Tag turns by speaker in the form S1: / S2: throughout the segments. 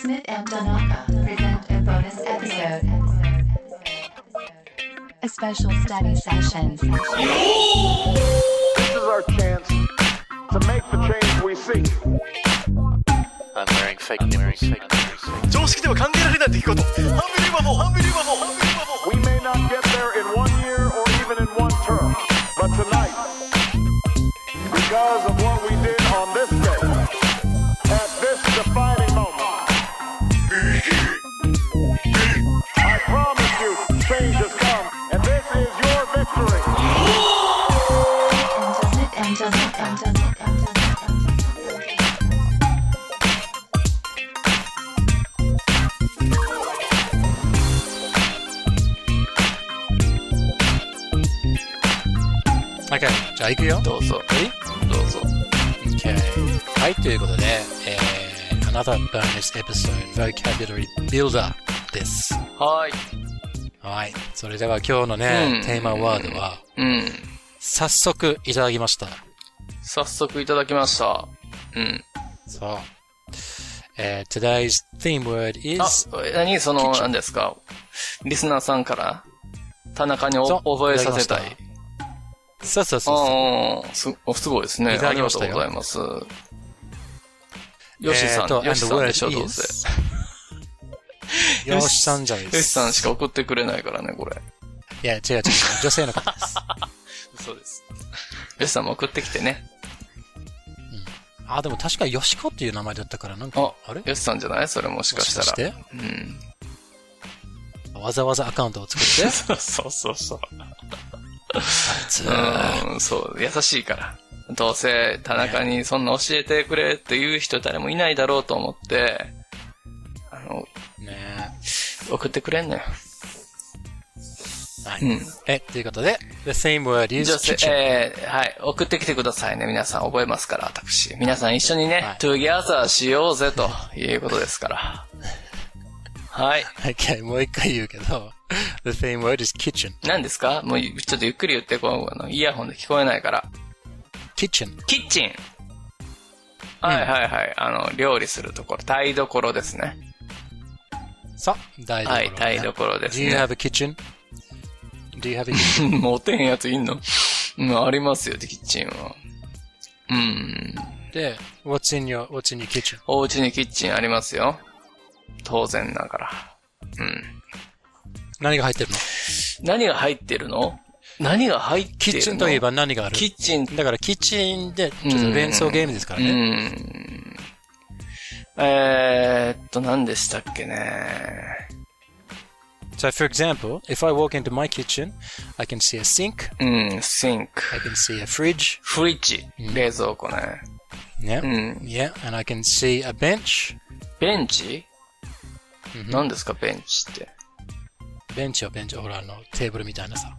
S1: Smith and Donaka present a bonus episode. A special study session.
S2: This is our chance to make the change we seek.
S3: I'm wearing fake nipples. Fake nipples.
S4: 常識では考えられない出来事ハンビリーバボーハンビリーバボーハンビリーバボ
S2: We
S4: ー
S2: may not get there in one year or even in one term, but tonight, because of what we did on this day, at this defining moment, I promise you, change has come, and this is your victory.
S1: Smith and Donaka. Smith and Donaka.
S5: OK。じゃあ行くよ。
S3: どうぞ。どうぞ。
S5: Okay. はい、ということで、えー、Another Bonus Episode Vocabulary Builder です。
S3: はーい。
S5: はい。それでは今日のね、
S3: うん
S5: テーマワードは、
S3: うん。
S5: 早速いただきました。
S3: 早速いただきました。うん。
S5: そう。えー、Today's theme word
S3: あ
S5: is,
S3: え何その、何ですかリスナーさんから、田中にお
S5: そう
S3: 覚えさせた
S5: いただ
S3: い
S5: き。そうそうそうそう。
S3: ああ、す、おすごいですね。
S5: いた
S3: あ
S5: だき
S3: りが
S5: まし
S3: とう
S5: たよ
S3: ございます。ヨシさ
S5: えーと
S3: ん、ヨシさ
S5: and
S3: ん
S5: the
S3: でしょ、
S5: word
S3: どう
S5: is
S3: せ。
S5: よしさんじゃないです。
S3: ヨシさんしか送ってくれないからね、これ。
S5: いや、違う違う違う。女性の方です。
S3: そうです。ヨシさんも送ってきてね。
S5: あ、でも確かヨシコっていう名前だったから、なん
S3: あ
S5: か、あれも
S3: ヨシさんじゃないそれもし
S5: し
S3: かしたら。
S5: て
S3: うん。
S5: わざわざアカウントを作って、
S3: そうそうそう。
S5: あいつ、
S3: うん、そう、優しいから。どうせ、田中にそんな教えてくれっていう人誰もいないだろうと思って、あの、
S5: ね
S3: 送ってくれんのよ。
S5: え。は
S3: う
S5: い。
S3: ん。
S5: え、ということで、the same word
S3: じ
S5: is
S3: ゃあせ
S5: kitchen.
S3: えーはい、送ってきてくださいね。皆さん覚えますから、私。皆さん一緒にね、
S5: はい
S3: together しようぜ、ということですから。はい。
S5: Okay, もう一回言うけど、the same word is kitchen.
S3: 何ですかもう、ちょっとゆっくり言って、この、あのイヤホンで聞こえないから。
S5: kitchen.
S3: キッチン。はいはいはい。あの、料理するところ、台所ですね。
S5: さあ、台所、
S3: はい、台所です
S5: Do you
S3: ね。
S5: have a kitchen? Do you have a kitchen?
S3: モテへんやついんのうん、ありますよ、キッチンは。うん。
S5: で、what's in your, what's in your kitchen?
S3: お家にキッチンありますよ。当然ながら。
S5: 何が入ってるの
S3: 何が入ってるの何が入ってるの
S5: キッチンといえば何がある
S3: キッチン、
S5: だからキッチンで、ちょっと連想ゲームですから
S3: う
S5: ね。
S3: ん。えーっと、何でしたっけね。
S5: So for example, if I walk into my kitchen, I can see a sink,
S3: うん、シンク。
S5: I can see a fridge,
S3: フリッジ。冷蔵庫ね。
S5: yeah,
S3: うん。
S5: yeah, and I can see a bench.
S3: ベンチ、何ですか、ベンチって。
S5: ベンチはベンチ、ほらあの、テーブルみたいなさ。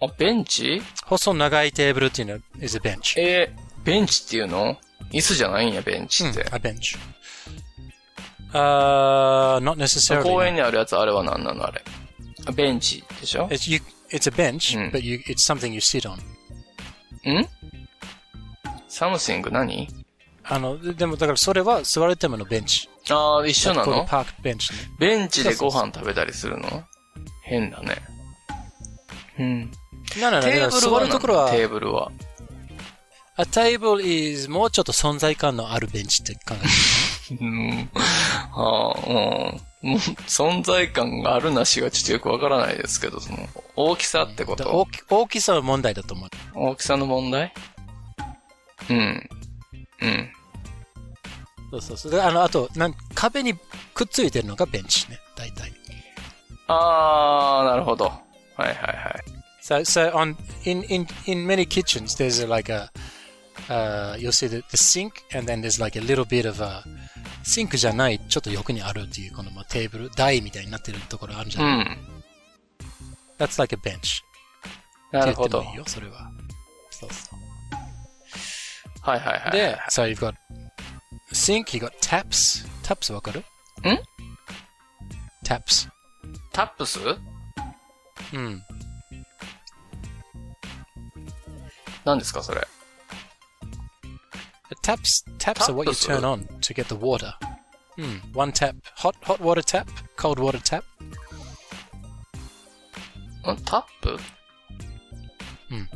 S3: あ、ベンチ
S5: 細長いテーブルっていうのは is a bench.
S3: えーベンチっていうの椅子じゃないんや、ベンチ
S5: うん、
S3: って。
S5: a bench. Uh, not necessarily.
S3: 公園にあるやつ、あれは何なのあれ。あベンチでしょ
S5: It's, you, it's a bench,
S3: うん
S5: but you, it's something you sit on.
S3: んサムシング何
S5: あの、ででもだからそれは座るためのベンチ。
S3: ああ、一緒な
S5: この
S3: の
S5: パークベンチね。
S3: ベンチで
S5: そ
S3: ご
S5: うそうそ
S3: 飯食べたりするの変だね。うん。
S5: ななな、
S3: テ
S5: だ
S3: ー
S5: から座
S3: ブルは
S5: る
S3: 何
S5: ところは、
S3: テーブルは。
S5: a table is もうちょっと存在感のあるベンチって考えて
S3: うん。ああ、うん。もう存在感があるなしがちょっとよくわからないですけど、その、大きさってこ
S5: だ
S3: と
S5: から大き大きさは問題だと思う。
S3: 大きさの問題うん。うん。
S5: そうそうそう。であの、あと、なん壁にくっついてるのがベンチね。大体。
S3: あー、なるほど。はいはいはい。
S5: So, so on in, in in many kitchens, there's a, like a uh, you'll see the, the sink, and then there's like a little bit of a sink じゃないちょっと横にあるっていうこのまあテーブル台みたいになってるところあるじゃ。
S3: うんん。
S5: That's like a bench.
S3: なるほど。
S5: って言って
S3: は
S5: もいい
S3: い
S5: よそれは。そうそ
S3: はいは
S5: う。
S3: い。
S5: で、so you've got sink, you got taps. Taps わかる？ん ?Taps。
S3: タップス
S5: うん。
S3: 何ですかそれ。
S5: Taps, taps are what you
S3: Taps？
S5: turn on to get the water. Hmm. One tap, hot hot water tap, cold water tap.
S3: うんタップ
S5: うん。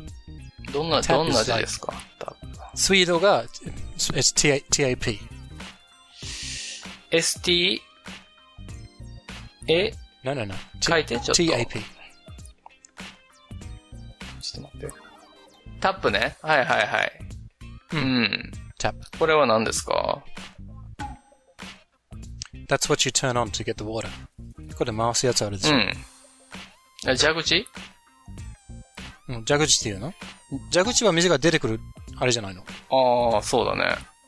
S3: どんな、
S5: タッ
S3: ど
S5: プ
S3: んな字
S5: slide
S3: ですかタップ。
S5: 水道が it's T T A P.
S3: ST、え、
S5: No no no.
S3: 書いてちょっと
S5: T A P.
S3: ちょっと待って。タップね。はいはいはい。
S5: うん
S3: うん。
S5: Tap.
S3: これは何ですか
S5: That's what you turn on to get the water. これ回すやつあるでし
S3: う
S5: ょ。
S3: ん。え蛇口
S5: うん、蛇口っていうの蛇口は水が出てくるあれじゃないの。
S3: ああ、そうだね。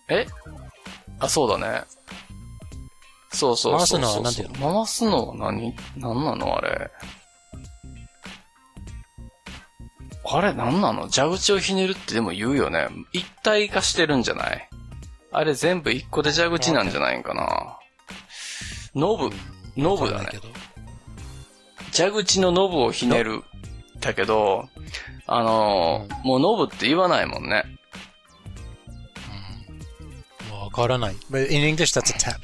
S3: えあ、そうだね。そうそうそうそうそう。
S5: 回すのは何ていう
S3: 回すのは何何なのあれ。あれ何なの蛇口をひねるってでも言うよね。一体化してるんじゃないあれ全部一個で蛇口なんじゃないんかな。ノブ。ノブだ
S5: わかんな
S3: ね
S5: いけ。ど
S3: 蛇口のノブをひねる。だけど、あのーもうノブって言わないもんね。
S5: わからない。But in English that's a tap.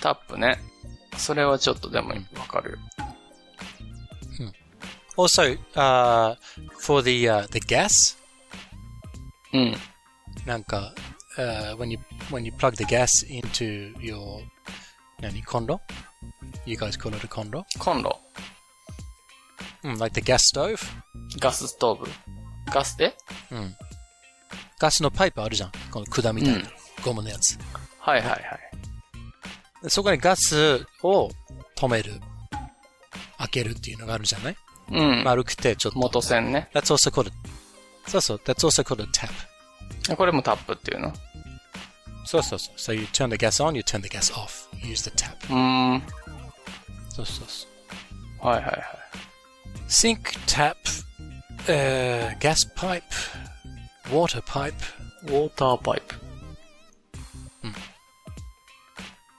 S3: タップね。それはちょっとでもわかるよ。
S5: Also, uh, for the uh, the gas,
S3: うん。
S5: なんか、uh, when you when you plug the gas into your 何コンロ You guys call it a コンロ、
S3: コンロ、
S5: うん、Like the gas stove?
S3: ガスストーブ、ガスで
S5: うん。ガスのパイプあるじゃん。この管みたいな、ゴムのやつ。
S3: はいはいはい。
S5: でそこにガスを止める。開けるっていうのがあるじゃない、
S3: うん。
S5: 丸くてちょっと。
S3: 元栓ね。
S5: That's also called a, そうそう。That's also called a tap.
S3: これもタップっていうの。
S5: そうそうそう。So you turn the gas on, you turn the gas off. You use the tap.
S3: うーん。はい
S5: そうそうそう。
S3: はいはい。
S5: sink tap, uh, gas pipe, water pipe.
S3: ウォーターパイプ。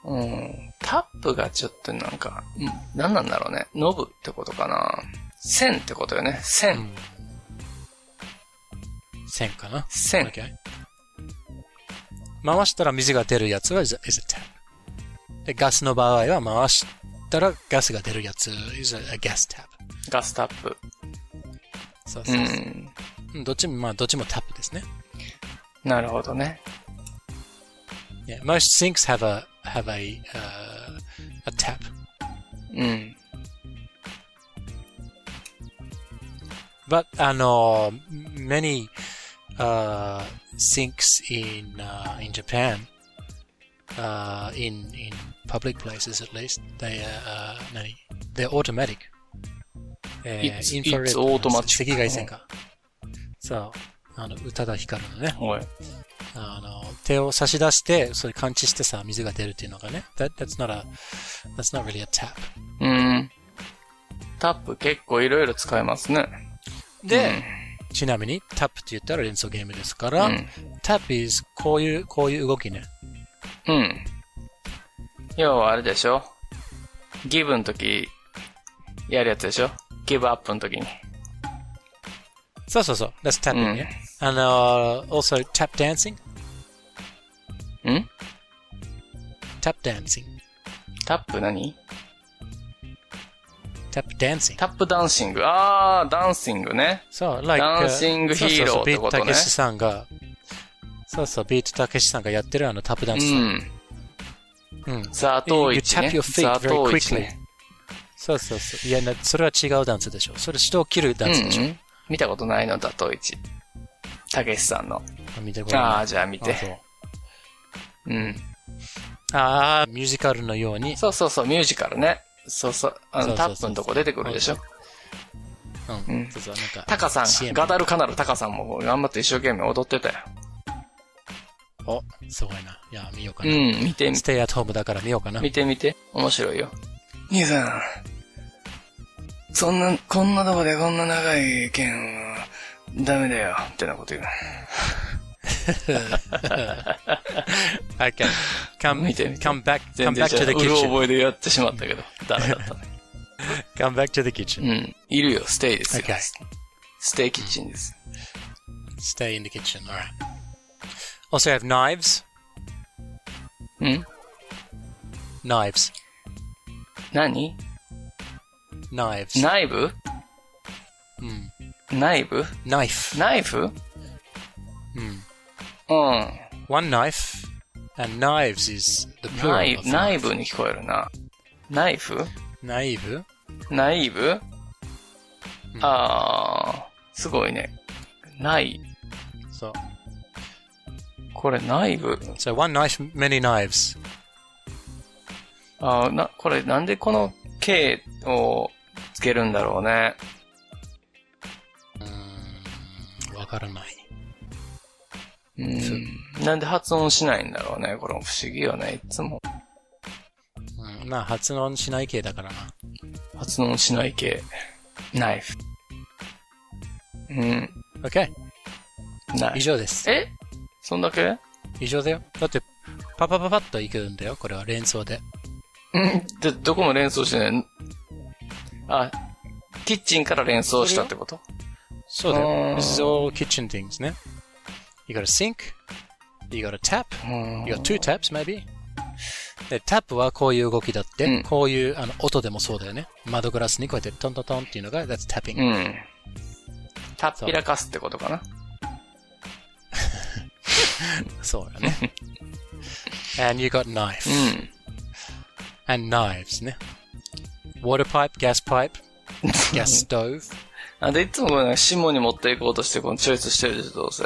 S3: うん。うん。タップがちょっとなんか、うん。何なんだろうね。ノブってことかな。栓ってことよね。栓。
S5: 線かな
S3: 栓。
S5: Okay. 回したら水が出るやつは is a, is a tap. で、ガスの場合は回したらガスが出るやつ is a, a gas tap.
S3: ガスタップ。
S5: そう
S3: う
S5: そうそ
S3: ん。
S5: う。うん、どっちも、まあ、どっちもタップですね。
S3: なるほどね。
S5: Yeah, most sinks have a, have a, uh, a tap.
S3: うん。
S5: But あの many uh, sinks in uh, in Japan, uh, in in public places at least, they are uh, 何 they're automatic. え
S3: It's- it's automatic.
S5: 赤外線か。そう。あの、宇多田ヒカルのね、
S3: おい。
S5: あの、手を差し出して、それ感知してさ、水が出るっていうのがね。That, that's not a, that's not really a tap.
S3: うん。タップ結構いろいろ使えますね。
S5: で、ちなみに、タップって言ったら連想ゲームですから、
S3: うん
S5: タップ is こういう、こういう動きね。
S3: うん。要はあれでしょギブの時、やるやつでしょギブアップの時に。
S5: そうそうそう。That's tapping ね。あの、also tap dancing,
S3: ん
S5: tap dancing,
S3: タップ何
S5: tap dancing.
S3: タップダンシング。あー、ダンシングね。
S5: そう、like,
S3: ダンシングヒーローってこと
S5: そうそうそう
S3: ね
S5: ビートたけしさんが、そうそう、ビートたけしさんがやってるあのタップダン
S3: う
S5: ス。
S3: ん。
S5: うん。
S3: ザートウイチ
S5: You tap
S3: ね。
S5: your feet
S3: ザートウイチ
S5: very
S3: ね。
S5: そうそうそう。いや、なそれは違うダンスでしょ。それ人を切るダ
S3: う
S5: ン
S3: ん
S5: スでしょ。
S3: うん。見たことないの、ザートウイチ。たけしさんの。
S5: 見てごらん
S3: あー、じゃあ見
S5: あそ
S3: て。
S5: う
S3: うん。
S5: あー、ミュージカルのように、
S3: そうそうそう、ミュージカルね。そうそう。あの、
S5: そう
S3: タ
S5: そうそう
S3: ップのとこ出てくるでしょ
S5: うん。そうそう、なんか。
S3: タカさん、
S5: CM
S3: ガダルカナルタカさんも頑張って一生懸命踊ってたよ。
S5: お、すごいな。いや、見ようか
S3: う
S5: な。
S3: ん、見てみ
S5: ステイアットホームだから見ようかな。
S3: 見てみて。面白いよ。兄さん。そんな、こんなとこでこんな長い剣は、ダメだよ。ってなこと言う。
S5: Okay. Come,
S3: 見て見て
S5: come back, come
S3: 全然
S5: back
S3: じゃ
S5: to
S3: う
S5: the
S3: うる
S5: kitchen.
S3: 覚えでやってしまったけど、ダメだったね。
S5: Come back to the kitchen.
S3: うん。いるよ、ステイですよ。
S5: Okay.
S3: ステイキッチンです。
S5: Stay in the kitchen. All right. Also, I have knives.
S3: うん
S5: knives,
S3: 何
S5: knives,
S3: 内部
S5: うん
S3: 内部
S5: knife,
S3: ナイフ
S5: うん
S3: うん。
S5: one knife, and knives is the
S3: ナ
S5: plural
S3: イ
S5: of
S3: 内
S5: knife.
S3: 部に聞こえるな。ナイフ
S5: 内部
S3: ナイブあー、すごいね。ない。
S5: そう。
S3: これ内部。
S5: So one knife, many knives.
S3: あーな、これなんでこの K をつけるんだろうね。
S5: Mm, わからない。
S3: うん。なんで発音しないんだろうね。これも不思議よね。いつも
S5: うん、まあ発音しない系だからな。
S3: 発音しない系。ナイフ。うん。
S5: OK!
S3: ナ
S5: 以
S3: イフ。
S5: 上です。
S3: えそんだけ
S5: 以上だよ。だって、パパパパッといくんだよ。これは連想で。
S3: うんで、どこも連想してない。あ、キッチンから連想したってこと
S5: そうだよ
S3: あ
S5: This
S3: ー。
S5: is all kitchen things ね。You got a sink, you got a tap,
S3: うん
S5: you got two taps maybe. で、タップはこういう動きだって、
S3: うん
S5: こういうあの音でもそうだよね。窓ガラスにこうやってトントントンっていうのが、that's tapping.、
S3: うん。たっぴらかすってことかな。
S5: そうだ ね。and you got knife.
S3: うん。
S5: and knives ね。water pipe, gas pipe, gas stove.
S3: あ、で、いつもこれなんか下に持っていこうとして、このチョイスしてるでしょ、どうせ。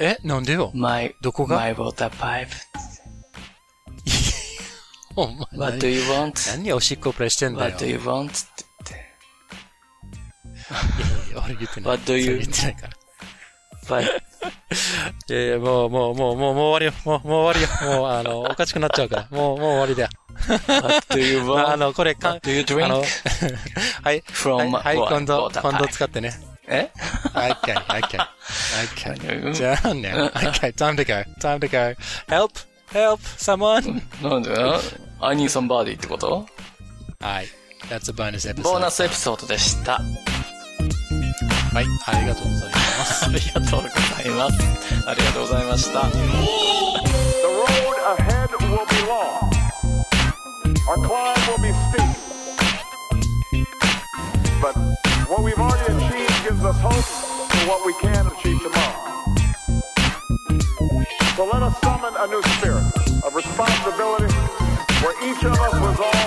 S5: え、なんでよ
S3: マイ、
S5: どこが
S3: マイウォーターパイプ。
S5: お前
S3: What do you want?What
S5: 何おしっこプレイしてんだよ。
S3: do you want? って言って。
S5: いや俺言ってない。
S3: What do you-
S5: それ言ってないから。
S3: But
S5: いやいや、もう、もう、もう、もう、もう終わりよ。もう、もう終わりよ。もう、あの、おかしくなっちゃうから。もう、もう終わりだよ。
S3: What do you
S5: まあ、あ
S3: want?
S5: の、これ、か
S3: What do you
S5: あの、
S3: drink?
S5: はい。
S3: From
S5: はい、はい
S3: what-
S5: 今度、
S3: water
S5: 今度
S3: pipe
S5: 使ってね。
S3: え
S5: Okay, okay. Okay. じゃあね。Okay, time to go. Time to go. Help! Help! Someone!
S3: なんで ?I need somebody ってこと
S5: はい。That's a bonus episode.
S3: ボーナスエピソードで した。
S5: はい。ありがとうございます。
S3: ありがとうございます。ありがとうございました。
S2: The road ahead will be long. Our climb will be steep. But what we've already achieved gives us hope for what we can achieve tomorrow. So let us summon a new spirit of responsibility where each of us resolves